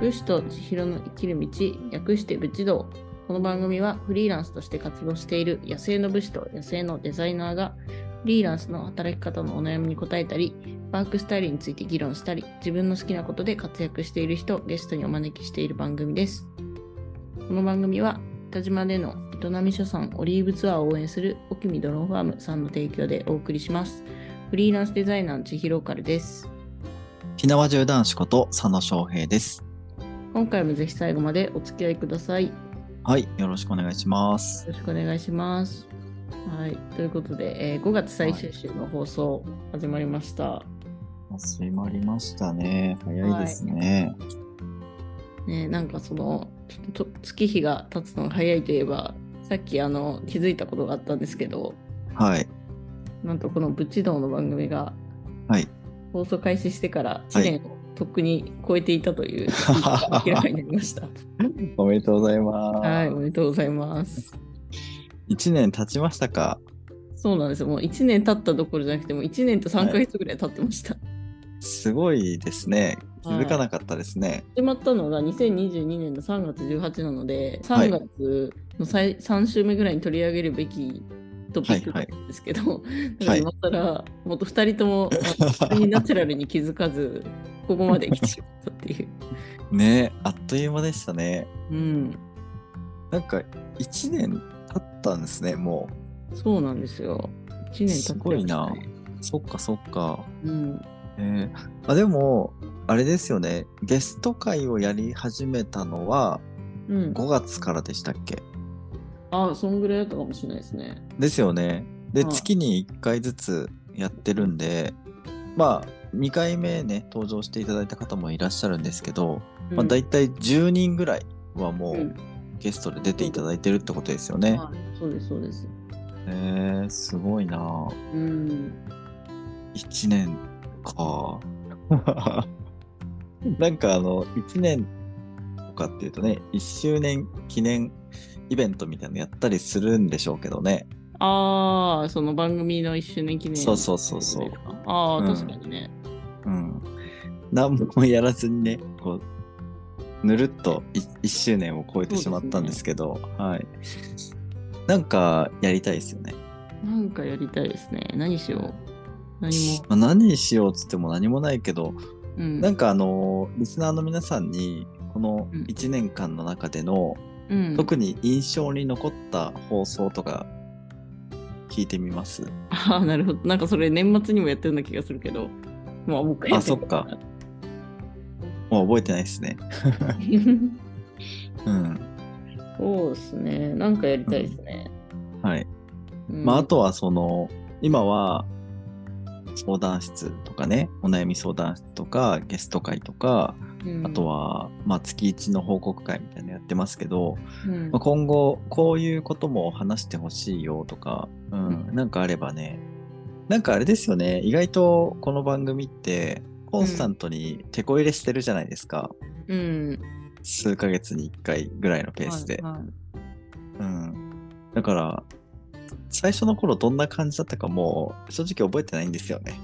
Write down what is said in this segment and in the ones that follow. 武士と千尋の生きる道略して武士道この番組はフリーランスとして活動している野生の武士と野生のデザイナーがフリーランスの働き方のお悩みに答えたりワークスタイルについて議論したり自分の好きなことで活躍している人をゲストにお招きしている番組ですこの番組は北島での営み所産オリーブツアーを応援する沖見ドローンファームさんの提供でお送りしますフリーランスデザイナーの千尋からですひなわじゅう男子こと佐野翔平です。今回もぜひ最後までお付き合いくださいよはい、よろしくお願いします。ろしくお願いしますはいということで、えー5月最終週の放送始まりました、始まりましたね。早いですね。ね、なんかそのちょっとと月日が経つのが早いといえばさっきあの気づいたことがあったんですけどはい、なんとこの「ブチ道」の番組がはい。放送開始してから1年をとっくに超えていたと いう、明らかになりました。おめでとうございます。はい、おめでとうございます。 1年経ちましたかそうなんですよもう1年経ったどころじゃなくてもう1年と3ヶ月ぐらい経ってました。すごいですね。気づかはいなかったですね。始まったのが2022年の3月18なので3月の最、3週目ぐらいに取り上げるべきトピックなんですけ ど、はいだから今更もっと2人とも、まあ普通にナチュラルに気づかずここまで来てしまったっていう。ねあっと いう間でしたね。うん、なんか、1年経ったんですね、もそうなんですよ。1年経ってましたねすごいなう。そっかそっか。うん、えー、あでも、あれですよね。ゲスト会をやり始めたのはうん、 5月からでしたっけあそんぐらいだったかもしれないですね。ですよね。で、うん月に1回ずつやってるんで、まあ、2回目ね、登場していただいた方もいらっしゃるんですけど、まあ、うん大体10人ぐらいはもううんゲストで出ていただいてるってことですよね。はいそうですそうです。へえすごいなうん、 1年か。 なんかあの、1年とかっていうとね、1周年記念イベントみたいなのやったりするんでしょうけどね。ああその番組の1周年記念そうそうそうそう。ああ、うん確かにね。うん、何もやらずにねこうぬるっとい1周年を超えてしまったんですけどはい、なんかやりたいですよね、なんかやりたいですね。何しよう。何も。まあ、何しようっつっても何もないけど、うん。なんかあのリスナーの皆さんにこのうん1年間の中での、うん、特に印象に残った放送とか聞いてみます ああ、なるほど。なんかそれ年末にもやったような気がするけど。まあ、もう一回やあそっか。もう覚えてないですねうん そうですね。なんかやりたいですね。はいうんまあ、あとはその今は相談室とかねお悩み相談室とかゲスト会とか、あと、は、まあ、月1の報告会みたいなのやってますけど、うんまあ、今後こういうことも話してほしいよとか、うんうなんかあればねなんかあれですよね意外とこの番組ってコンスタントに手こ入れしてるじゃないですか、うん、数ヶ月に1回ぐらいのペースで、はいはいうん、だから最初の頃どんな感じだったかもう正直覚えてないんですよね。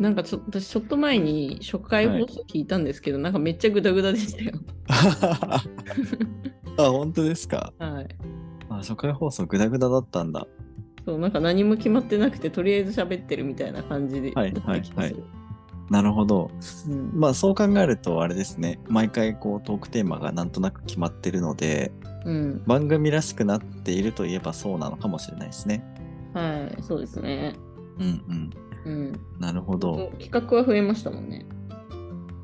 なんかちょ私ちょっと前に初回放送聞いたんですけど、なんかめっちゃグダグダで したよ。あ本当ですかはい。あ初回放送グダグダだったんだ。そう、なんか何も決まってなくて、とりあえず喋ってるみたいな感じで。はいはい気がするなるほど。うんまあそう考えるとあれですね毎回こうトークテーマがなんとなく決まってるのでうん、番組らしくなっているといえばそうなのかもしれないですね。はい、そうですね。うんうん、うん。なるほど。企画は増えましたもんね。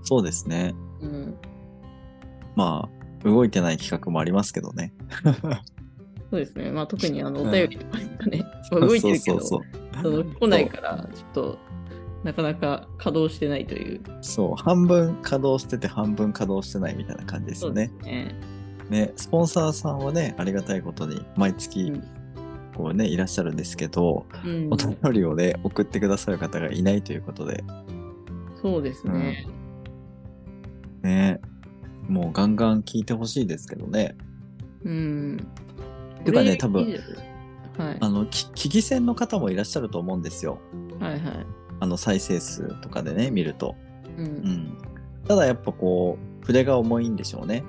そうですね。うん、まあ動いてない企画もありますけどね。そうですね。まあ、特にあのうんお便りとかですかね、 まあ動いてるけど、 そそうそうの来ないから、ちょっとなかなか稼働してないという。そうそう半分稼働してて半分稼働してないみたいな感じですよね。すね。ね、スポンサーさんはね、ありがたいことに毎月うんこうね、いらっしゃるんですけど、うんお、便りをね、送ってくださる方がいないということで、そうですね。ね、もうガンガン聞いてほしいですけどね。うん。てかねこれ多分いいですはい、あの、き聞き戦の方もいらっしゃると思うんですよ。はい、はい。あの、再生数とかでね、見ると。う、うんん。ただやっぱこう、筆が重いんでしょうね。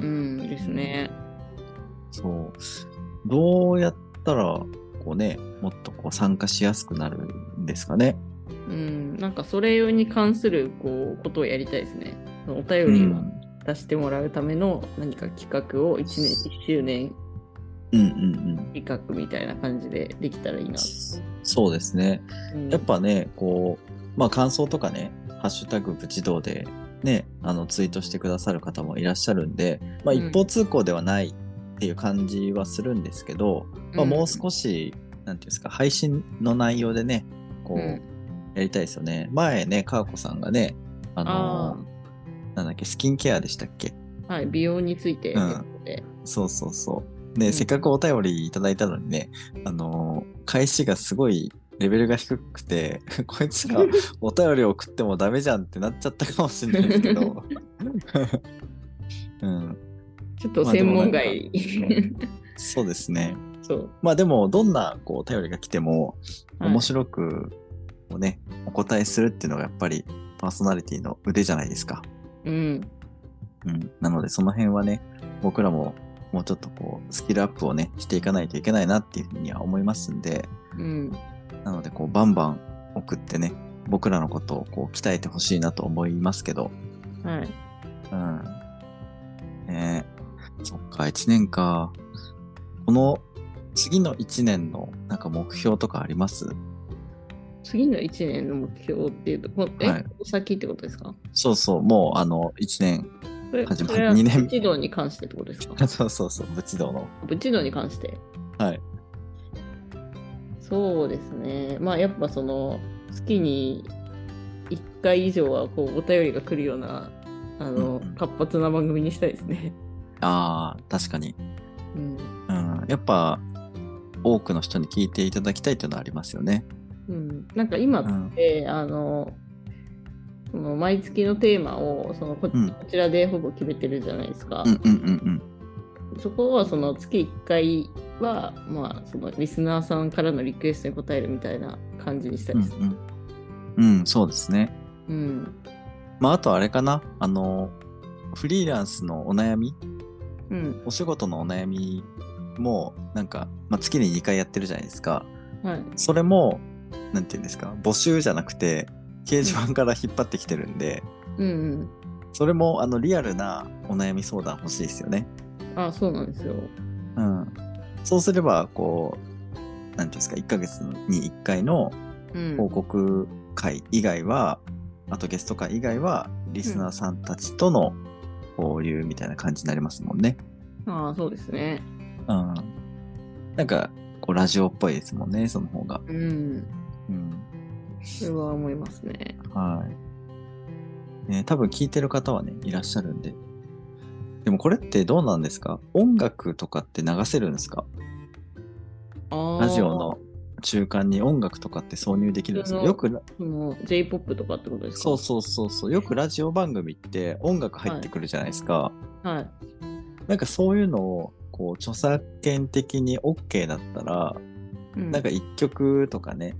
うんですね。そう。どうやったら、こうね、もっとこう参加しやすくなるんですかね。うん、なんかそれに関するこうことをやりたいですね。そのお便りを出してもらうための何か企画を1年、1周年うんうんうん。企画みたいな感じでできたらいいな。そうですね。うんやっぱね、こう、まあ感想とかね、ハッシュタグプチ道でね、あのツイートしてくださる方もいらっしゃるんで、まあうん一方通行ではないっていう感じはするんですけど、まあもう少し、なんていうんですか、配信の内容でね、こう、うんやりたいですよね。前ね、かーこさんがね、あのーなんだっけ、スキンケアでしたっけうんはい、美容について、うんでそうそうそう。ね、うんせっかくお便りいただいたのにね、あのー返しがすごいレベルが低くて、 こいつ らお便り送ってもダメじゃんってなっちゃったかもしれないです けど。うん、ちょっとまあで専もな門んか外。そうですね。 そう。まあでも、どんなこうお便りが来ても、はい面白くこうね、お答えするっていうのがやっぱりパーソナリティの腕じゃないですか。うん。うん、なのでその辺はね僕らももうちょっとこうスキルアップをねしていかないといけないなっていうふうには思いますんでうん。なのでこうバンバン送ってね僕らのことをこう鍛えてほしいなと思いますけどはい。うんねえそっか1年かこの次の1年のなんか目標とかあります次の1年の目標っていうと、こえ、はいここ先ってことですかそうそうもうあの1年 それ始まるそれは二年武道に関してってことですかそうそうそう仏道の武道に関して。はいそうですね。まあやっぱその月に1回以上はこうお便りが来るようなあの、うんうん活発な番組にしたいですね。あー確かにうん。うんやっぱ多くの人に聞いていただきたいっていうのはありますよね。うん、なんか今って、あのその毎月のテーマをそのこ,、うんこちらでほぼ決めてるじゃないですか。うんうんうんそこはその月1回は、まあ、そのリスナーさんからのリクエストに答えるみたいな感じにしたいうん。うです。んうん、うん、そうですね。うん。まああとあれかなあのフリーランスのお悩みうん。お仕事のお悩みもなんか、まあ、月に2回やってるじゃないですかはい。それもなんていうんですか募集じゃなくて掲示板から引っ張ってきてるんでうんそれもあのリアルなお悩み相談欲しいですよね。うん。あ、そうなんですよ。うん、そうすればこうなんていうんですか1ヶ月に1回のうん。報告会以外は、あとゲスト会以外は、リスナーさんたちとの交流みたいな感じになりますもんね。ああ、そうですね。うん。なんか、こう、ラジオっぽいですもんね、その方が。うん。うん。それは思いますね。はい。ね、多分聞いてる方はね、いらっしゃるんで。でもこれってどうなんですか音楽とかって流せるんですかああ。ラジオの中間に音楽とかって挿入できるんですかそのよくな、その J-POP とかってことですかそうそうそうそう、よくラジオ番組って音楽入ってくるじゃないですか。う。はい。なんかそういうのをこう著作権的に OK だったら、うなんか、1曲とかね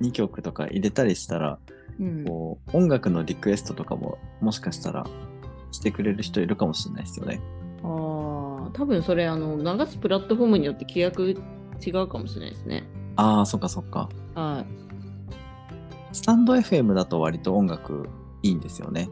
2曲とか入れたりしたら、うん、こう音楽のリクエストとかももしかしたらしてくれる人いるかもしれないですよね。ああ、多分それ、あの、流すプラットフォームによって規約違うかもしれないですね。ああそっかそっか。はスタンド FM だと割と音楽いいんですよね。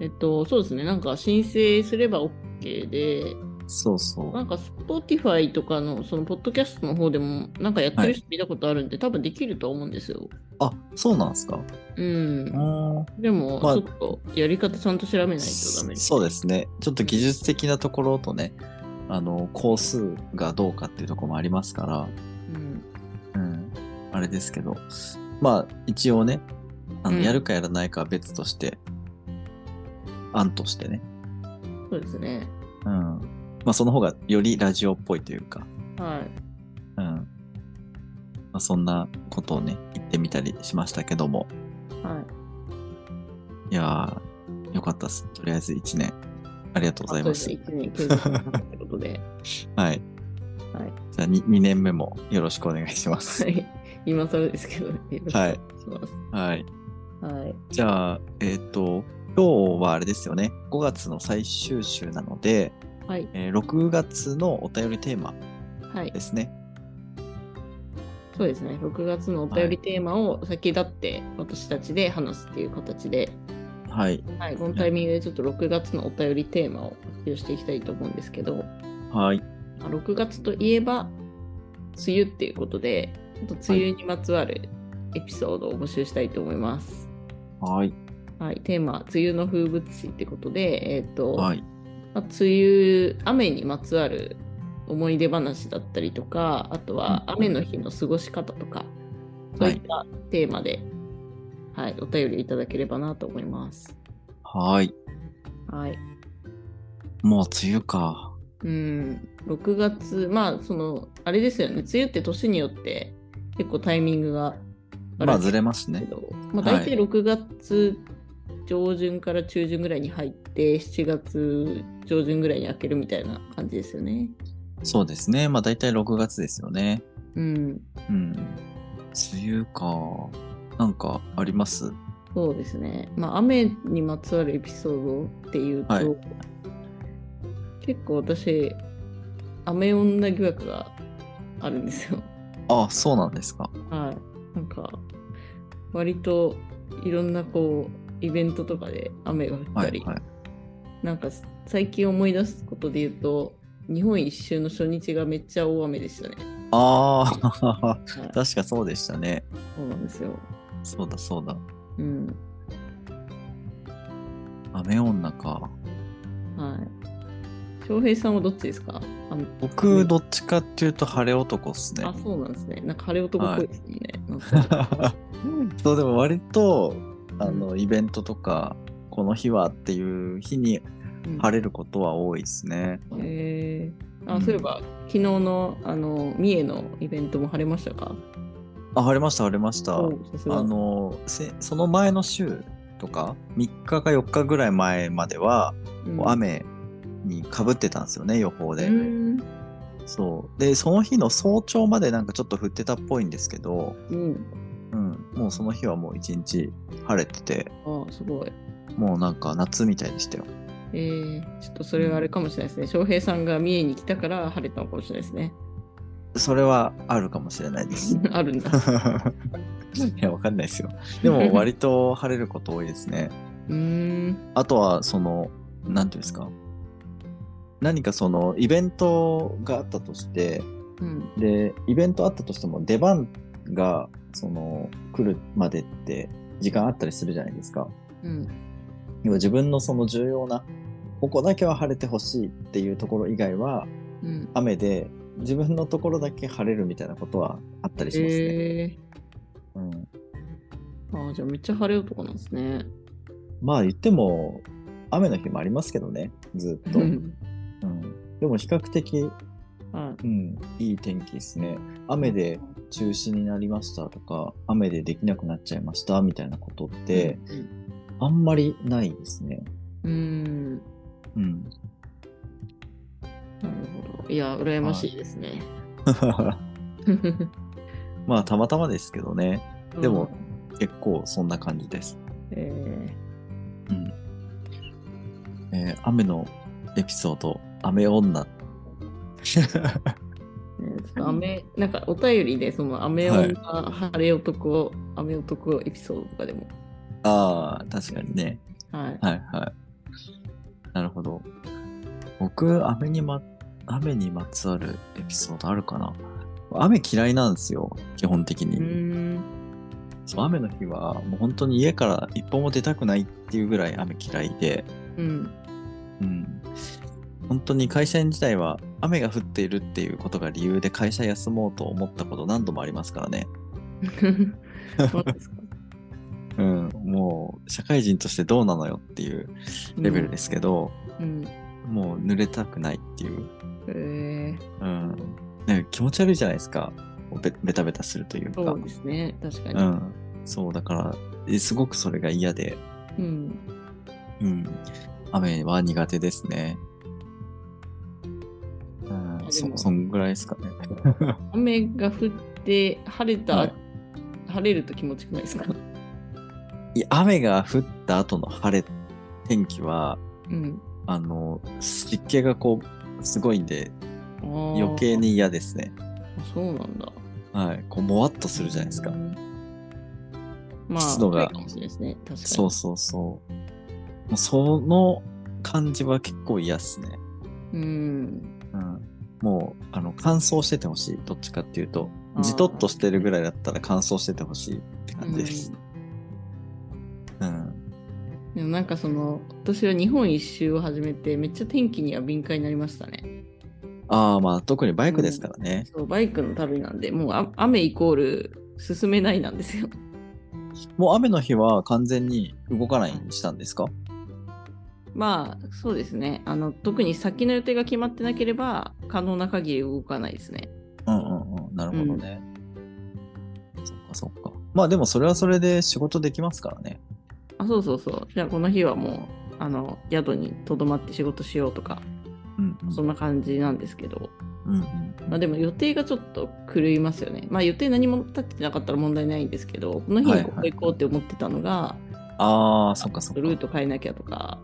い。えっと、そうですね。なんか申請すれば OK で、そうそう。なんか Spotify とかの、その、ポッドキャストの方でも、なんかやってる人見たことあるんで、多分できると思うんですよ。あそうなんですか。うんう。ーんでも、まあちょっと、やり方ちゃんと調べないとダメです。そうですね。ちょっと技術的なところとねあの工数がどうかっていうところもありますから。うん。うん、あれですけど、まあ一応ね、あのうんやるかやらないかは別として、案としてね、そうですね。うん、まあその方がよりラジオっぽいというか、はい。うん、まあそんなことをね、言ってみたりしましたけども、はい。いやー、よかったです。とりあえず1年、ありがとうございます。あとで一年継続ということで、はい。はいじゃあ 2, 年目もよろしくお願いしますは。い。今更ですけど、よろしくお願いします。はい。はい。じゃあ、えっ、と、今日はあれですよね。5月の最終週なので、はい。えー6月のお便りテーマはいで。すね。そうですね。6月のお便りテーマを先立って私たちで話すっていう形で、はい。はい、このタイミングでちょっと6月のお便りテーマを発表していきたいと思うんですけど、はい。まあ6月といえば、梅雨っていうことで、ちょっと梅雨にまつわるエピソードを募集したいと思います。はい。はい、テーマ、梅雨の風物詩ってことで、えっ、と、はい。まあ、梅雨雨にまつわる思い出話だったりとかあとはうん雨の日の過ごし方とか、そうはいっい。たテーマで、はい、お便りいただければなと思います。はい。はい、もう梅雨か。うん6月まあそのあれですよね梅雨って年によって結構タイミングがあまあんでずすれますけね。ど、まあ、は大い体6月上旬から中旬ぐらいに入って7月上旬ぐらいに開けるみたいな感じですよね。そうですね。まあ大体6月ですよね。うん、うん。梅雨か。なんかありますそうですね。まあ、雨にまつわるエピソードっていうと、はい結構私、雨女疑惑があるんですよ。 あ、そうなんですか。はい。なんか、割といろんなこう、イベントとかで雨が降っはたい。り、はい、なんか最近思い出すことで言うと、日本一周の初日がめっちゃ大雨でしたね。ああ、はい、 確かそうでしたね。そうなんですよ。そうだそうだ。うん。雨女か。はい。翔平さんはどっちですかあの僕、どっちかっていうと晴れ男っすねあ、。そうなんですね。なんか晴れ男っぽいですね。なんか そう、でも割と、あの、イベントとか、この日はっていう日に 晴れることは多いですね。うんへーあ、うんそういえば、昨日のあの三重のイベントも晴れましたかあ、晴れました、晴れました。おさすがあのせその前の週とか3日か4日ぐらい前までは、うんもう雨にかぶってたんですよね予報で、うんそうでその日の早朝までなんかちょっと降ってたっぽいんですけど、うん。うん、もうその日はもう一日晴れててあ、すごい。もうなんか夏みたいでしたよえー、ちょっとそれはあれかもしれないですね。翔平さんが三重に来たから晴れたのかもしれないですね。 それはあるかもしれないですあるんだ。 いやわかんないですよでも割と晴れること多いですねうーん。あとは、その、なんていうんですか。何かその、イベントがあったとして、うん。で、イベントあったとしても、出番が、その、来るまでって、時間あったりするじゃないですか。うん。要は自分のその重要な、ここだけは晴れてほしいっていうところ以外は、うん。雨で、自分のところだけ晴れるみたいなことはあったりしますね。えうん、ー、あ、じゃあめっちゃ晴れ男なんですね。まあ言っても、雨の日もありますけどね、ずっと。うん、でも比較的はうん、いい天気ですね。い。雨で中止になりましたとか、雨でできなくなっちゃいましたみたいなことって、うん、あんまりないですね。うん。うん。なるほど。いや、羨ましいですね。まあ、たまたまですけどね。でもうん、結構そんな感じです。えうん。えー雨のエピソード、雨女。ーねちょっと雨、なんかお便りで、その雨女、晴れ男、雨男エピソードとかでも。ああ、確かにね。はい。はいはい。なるほど。僕、雨にま、雨にまつわるエピソードあるかな雨嫌いなんですよ、基本的うーに。ん。そう雨の日は、もう本当に家から一歩も出たくないっていうぐらい雨嫌いで、うん。うん。本当に会社員時代は雨が降っているっていうことが理由で会社休もうと思ったこと何度もありますからね。そうですかうん。もう、社会人としてどうなのよっていうレベルですけど、うん。もう濡れたくないっていうえー、うん、ね気持ち悪いじゃないですかこうベベタベタするというかそうですね。確かうに。ん、そうだからえすごくそれが嫌で、うん。うん、雨は苦手ですね、うんで、もそそんぐらいですかね 雨が降って、晴れた、はい晴れると気持ちよくないですかいや雨が降った後の晴れ天気は、うん。あの、湿気がこう、すごいんで、あー余計。に嫌ですね。あそうなんだ。はい。こう、もわっとするじゃないですかう。んまあ、湿度が高いかもしれないですね。確かに。そうそうそう。もうその感じは結構嫌っすね。うん。うん。もう、あの、乾燥しててほしい。どっちかっていうとあ。ーじとっとしてるぐらいだったら乾燥しててほしいって感じです。うん。でもなんかその、私は日本一周を始めて、めっちゃ天気には敏感になりましたね。ああ、まあ、特にバイクですからね。そう、バイクの旅なんで、もうあ雨イコール進めないなんですよ。 もう雨の日は完全に動かないようにしたんですかまあ、そうですね。あの、特に先の予定が決まってなければ、可能な限り動かないですね。うんうんうん。なるほどね。そっかそっか。まあ、でもそれはそれで仕事できますからね。あ、そうそうそう。じゃあ、この日はもう、あの、宿にとどまって仕事しようとか、うんうん。そんな感じなんですけど、うんうんうんまあ、でも予定がちょっと狂いますよね。まあ、予定何も立ってなかったら問題ないんですけど、この日はいにはいここ行こうって思ってたのが、ああ、そっかそっか。ルート変えなきゃとか、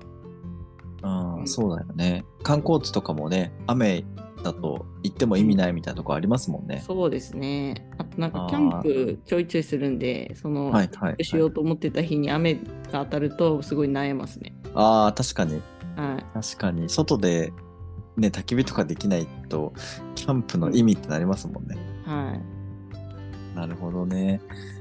あうあ、んそうだよね。観光地とかもね、雨だと行っても意味ないみたいなとこありますもんね。そうですね。あと、なんかあーキャンプちょいちょいするんで、その、はいはい、はいしようと思ってた日に雨が当たるとすごい悩ますね。ああ、確かに。はい。確かに。外で、ね、焚き火とかできないと、キャンプの意味ってなりますもんね。はなるほどね。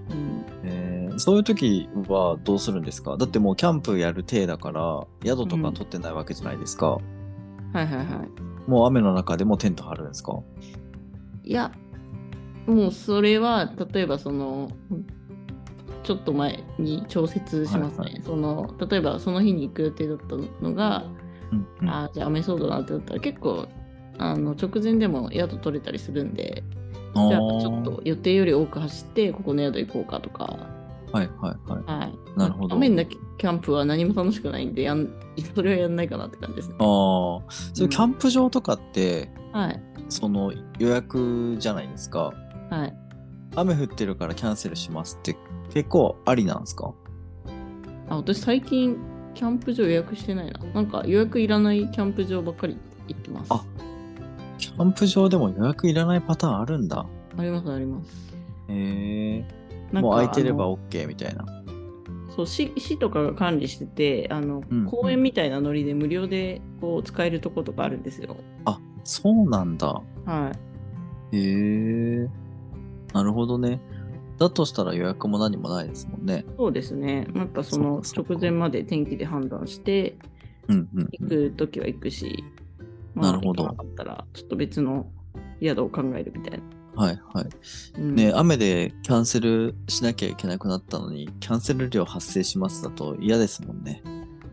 い。うん、えーそういう時はどうするんですかだってもうキャンプやる体だから、宿とか取ってないわけじゃないですか。はいはいはもう雨の中でもテント張るんですかい。いや、もうそれは、例えばその、ちょっと前に調節しますね。はいはその、例えばその日に行く予定だったのが、うんうんあーじゃあ雨そうだなってなったら結構、あの直前でも宿取れたりするんで、じゃあちょっと予定より多く走って、ここの宿行こうかとか、あーはいはいはい。はい。なるほど雨のキャンプは何も楽しくないんで、やんそれはやんないかなって感じですね。ああ、そうれんキャンプ場とかって、はい。その予約じゃないですか。はい。雨降ってるからキャンセルしますって結構ありなんですかあ私最近キャンプ場予約してないななんか予約いらないキャンプ場ばっかり行ってますあキャンプ場でも予約いらないパターンあるんだ。ありますありますへえ。なんかもう空いてればあの OK みたいな。そう市市とかが管理しててあの、うん公園みたいなノリで無料でこう使えるとことかあるんですよあ、そうなんだ。はいへえ。なるほどね。だとしたら予約も何もないですもんね。そうですねなんかそのそっかそっか直前まで天気で判断してうんうんう行ん、く時は行くし、なるほど行かなかったらちょっと別の宿を考えるみたいな、はいはい。うんね雨でキャンセルしなきゃいけなくなったのに、キャンセル料発生しますだと嫌ですもんね。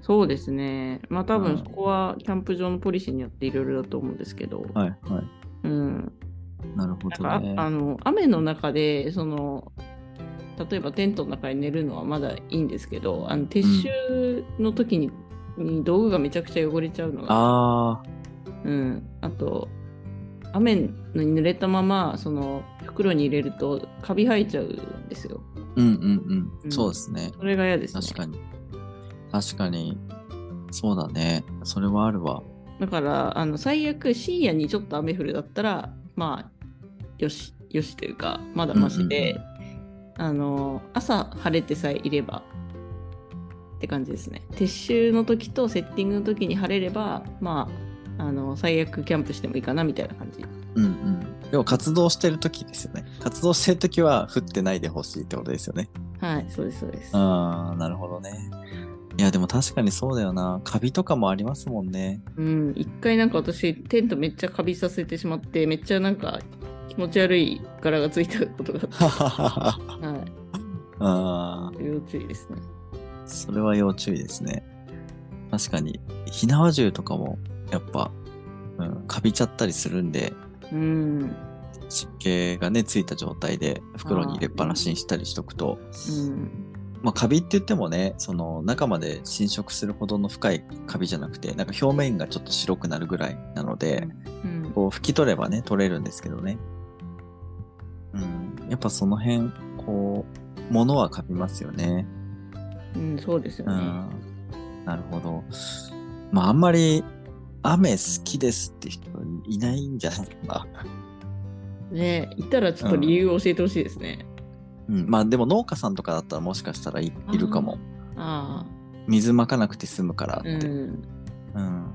そうですねまあ多うん分そこはキャンプ場のポリシーによっていろいろだと思うんですけど、はいはい。うん、なるほなんどか、ね。あの雨の中でその例えばテントの中に寝るのはまだいいんですけどあの撤収の時に,、に道具がめちゃくちゃ汚れちゃうのがあ,、あうん、あと雨に濡れたままその袋に入れるとカビ生えちゃうんですよ。あ、うんうんう。うんんそうですね。それが嫌ですね。確かに。確かに。そうだね。それはあるわ。だからあの最悪深夜にちょっと雨降るだったらまあよしよしというかまだマシで、うんあの朝晴れてさえいればって感じですね撤収の時とセッティングの時に晴れればまああの最悪キャンプしてもいいかなみたいな感じうんうん。でも活動してる時ですよね。活動してる時は降ってないでほしいってことですよね。はいそうですそうですああ、なるほどね。いや、でも確かにそうだよな。カビとかもありますもんね。うん一回なんか私テントめっちゃカビさせてしまってめっちゃなんか気持ち悪い柄がついたことがあはははは。って、は あい、要注意ですねあ、それは要注意ですね。確かに、火縄銃とかも、やっぱ、うん、カビちゃったりするんで、うん湿気がねついた状態で袋に入れっぱなしにしたりしとくとうんまあ、カビって言ってもねその中まで侵食するほどの深いカビじゃなくてなんか表面がちょっと白くなるぐらいなので、うんこう拭き取ればね取れるんですけどね、うん、やっぱその辺こう物はカビますよね、うん、そうですようね。ん、なるほど。まあ、あんまり雨好きですって人いないんじゃないかな。ねいたらちょっと理由を教えてほしいですね。うん、まあでも農家さんとかだったらもしかしたらいいるかも。あ水まかなくて済むからっあ、うて。うん。ん。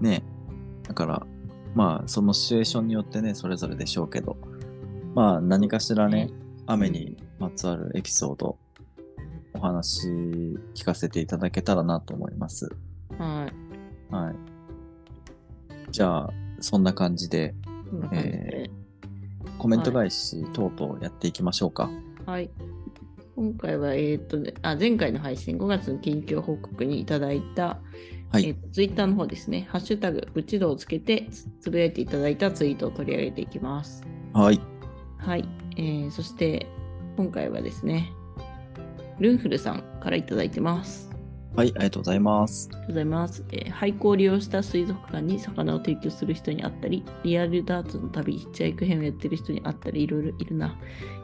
ねだから、まあそのシチュエーションによってね、それぞれでしょうけど、まあ何かしらね、雨にまつわるエピソード、お話聞かせていただけたらなと思います。はい。はい。じゃあ、そんな感じで、こんな感じで。コメント返し等々やっていきましょうか。はい。今回は、えーっとねあ、前回の配信、5月の近況報告にいただいた、はいえーっとツイッターの方ですね、ハッシュタグ、ブチドをつけて、つつぶやいていただいたツイートを取り上げていきます。はい。はい。えーそして、今回はですね、ルンフルさんからいただいてます。はい、ありがとうございます。ありがとうございます、えー廃校を利用した水族館に魚を提供する人に会ったり、リアルダーツの旅、ヒッチハイク編をやってる人に会ったり、いろいろいるな。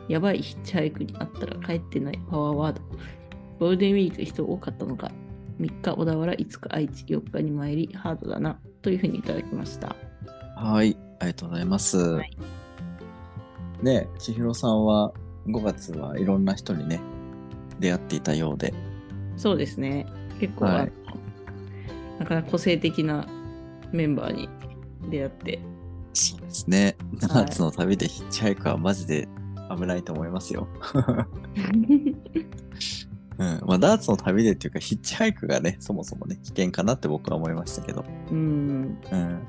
やばいヒッチハイクに会ったら帰ってないパワーワード。ゴールデンウィーク人多かったのか。3日小田原、5日愛知、4日に参り、ハードだな。というふうにいただきました。はい、ありがとうございます。はね、千尋さんは5月はいろんな人にね、出会っていたようで、そうですね。結構、はいあのなかなか個性的なメンバーに出会 って、そうです ね、はい7つの旅でヒッチハイクはマジで危ないと思いますよ。うん、まあダーツの旅でっていうかヒッチハイクがね、そもそもね、危険かなって僕は思いましたけど、うん、うん、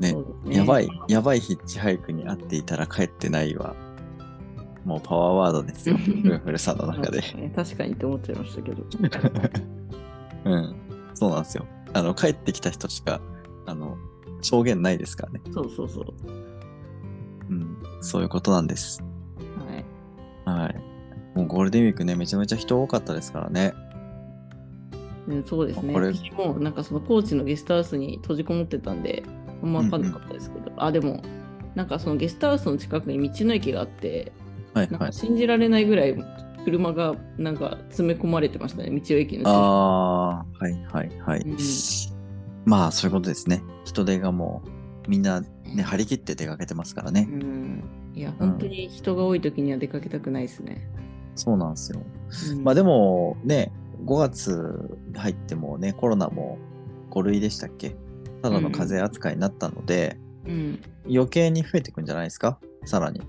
そうですねやばい、やばいヒッチハイクに会っていたら帰ってないは、もうパワーワードですよ、ルンフルさんの中で。確かにって思っちゃいましたけ ど。 うん、そうなんですよ。あの、帰ってきた人しか、あの、証言ないですからね。そうそうそう。うん、そういうことなんです。はい。はい。もうゴールデンウィークね、めちゃめちゃ人多かったですからね。うんそうですね。これ私もなんかその高知のゲストハウスに閉じこもってたんで、あんま分かんなかったですけど、あ、でも、なんかそのゲストハウスの近くに道の駅があって、はいなんはかい。信じられないぐらい車がなんか詰め込まれてましたね、道の駅あのあー、はいはいはい。うんまあ、そういうことですね。人手がもう、みんな近くね、張り切って出かけてますからねう。ん。いや、本当に人が多い時には出かけたくないですね。そうなんですよ。うんまあでも、ね、5月入ってもね、コロナも5類でしたっけただの風邪扱いになったので、うん、余計に増えていくんじゃないですかさらに。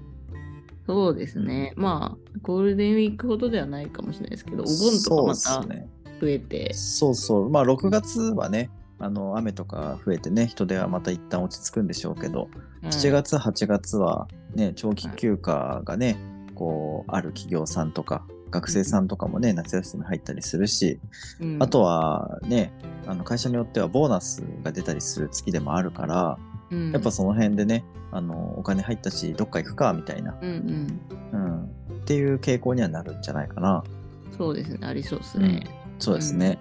そうですね。まあ、ゴールデンウィークほどではないかもしれないですけど、お盆とかまそうったすね。増えて、そうそう。まあ、6月はね、あの、雨とか増えてね、人出はまた一旦落ち着くんでしょうけど、はい7月、8月はね、長期休暇がね、こう、ある企業さんとか、学生さんとかもね、夏休み入ったりするし、うんあとはね、あの会社によってはボーナスが出たりする月でもあるから、うんやっぱその辺でね、あの、お金入ったし、どっか行くか、みたいな、うんうん、っていう傾向にはなるんじゃないかな。うん、そうですね、ありそうですね。そうですね。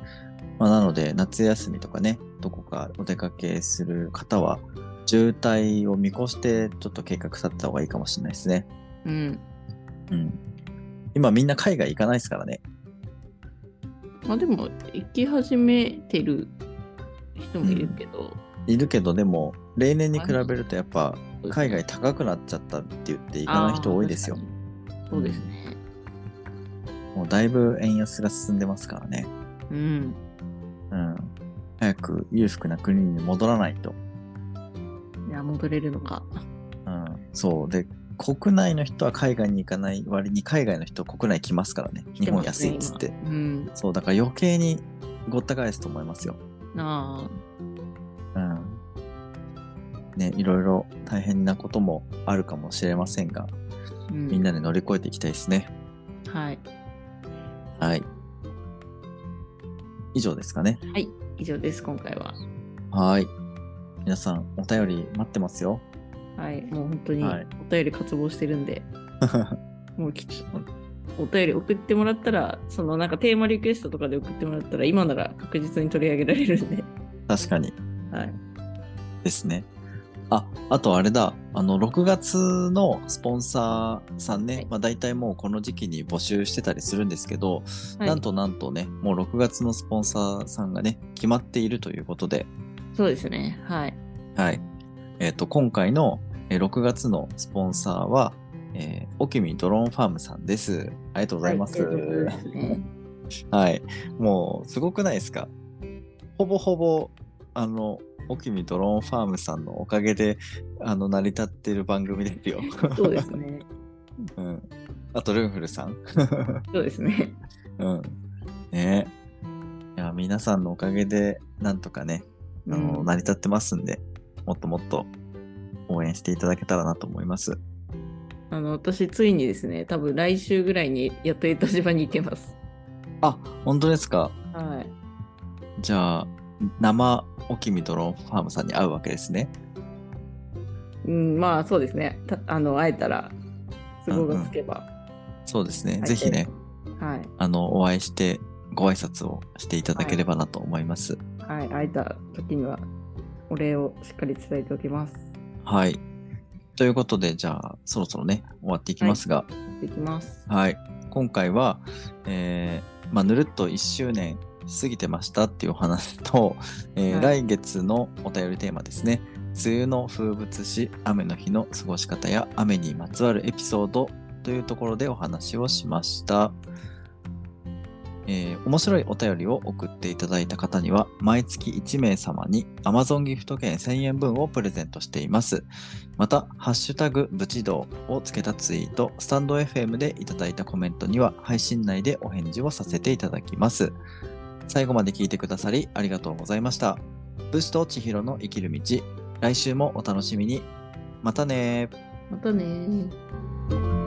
まあ、なので、夏休みとかね、どこかお出かけする方は、渋滞を見越して、ちょっと計画立てた方がいいかもしれないですね。うん。うん。今、みんな海外行かないですからね。まあでも、行き始めてる人もいるけど、いるけど、でも、例年に比べると、やっぱ、海外高くなっちゃったって言って行かない人多いですよあ。ー。そうですね。もう、だいぶ円安が進んでますからね。うん。うん。早く裕福な国に戻らないと。いや、戻れるのか。うん。そう。で、国内の人は海外に行かない割に、海外の人は国内来ますからね。日本安いっつって。今うん。そう、だから余計にごった返すと思いますよ。あうん。ね、いろいろ大変なこともあるかもしれませんが、あ、うん、みんなで乗り越えていきたいですね。はい。はい。以上ですかね。はい。以上です、今回は。はい。皆さん、お便り待ってますよ。はい。もう本当に、はいお便り渇望してる んで、もうきお便り送ってもらったら、そのなんかテーマリクエストとかで送ってもらったら、今なら確実に取り上げられるんで。確かにはい。ですね。あ、あとあれだ。あの、6月のスポンサーさんね、はいまあ大体もうこの時期に募集してたりするんですけど、はいなんとなんとね、もう6月のスポンサーさんがね、決まっているということで、そうですね。はい。はい。えっ、と、今回のえー6月のスポンサーは、えー、オキミドローンファームさんです。ありがとうございます。はありがとうございますねはい。もう、すごくないですかほぼほぼ、あの、オキミドローンファームさんのおかげで、あの、成り立ってる番組ですよ。そうですね。 うん。あと、ルンフルさん。そうですね。うん。ねえいや、皆さんのおかげで、なんとかね、あの、うん成り立ってますんで、もっともっと応援していただけたらなと思います。あの私ついにですね多分来週ぐらいにやっと江田島に行けますあ、本当ですかはいじゃあ、生おきみドローンファームさんに会うわけですね。うんまあそうですねたあの会えたら都合がつけば、そうですね。はいぜひね、はいあの、お会いして、ご挨拶をしていただければなと思います。はい会えた時にはお礼をしっかり伝えておきますはい。ということで、じゃあ、そろそろね、終わっていきますが、できますはい。今回は、えーまあ、ぬるっと1周年過ぎてましたっていうお話と、えーはい来月のお便りテーマですね。梅雨の風物詩、雨の日の過ごし方や雨にまつわるエピソードというところでお話をしました。えー面白いお便りを送っていただいた方には、毎月1名様に Amazon ギフト券1000円分をプレゼントしています。また、ハッシュタグ、ブチドウをつけたツイート、スタンド FM でいただいたコメントには、配信内でお返事をさせていただきます。最後まで聞いてくださり、ありがとうございました。武士と千尋の生きる道、来週もお楽しみに。またねー。またねー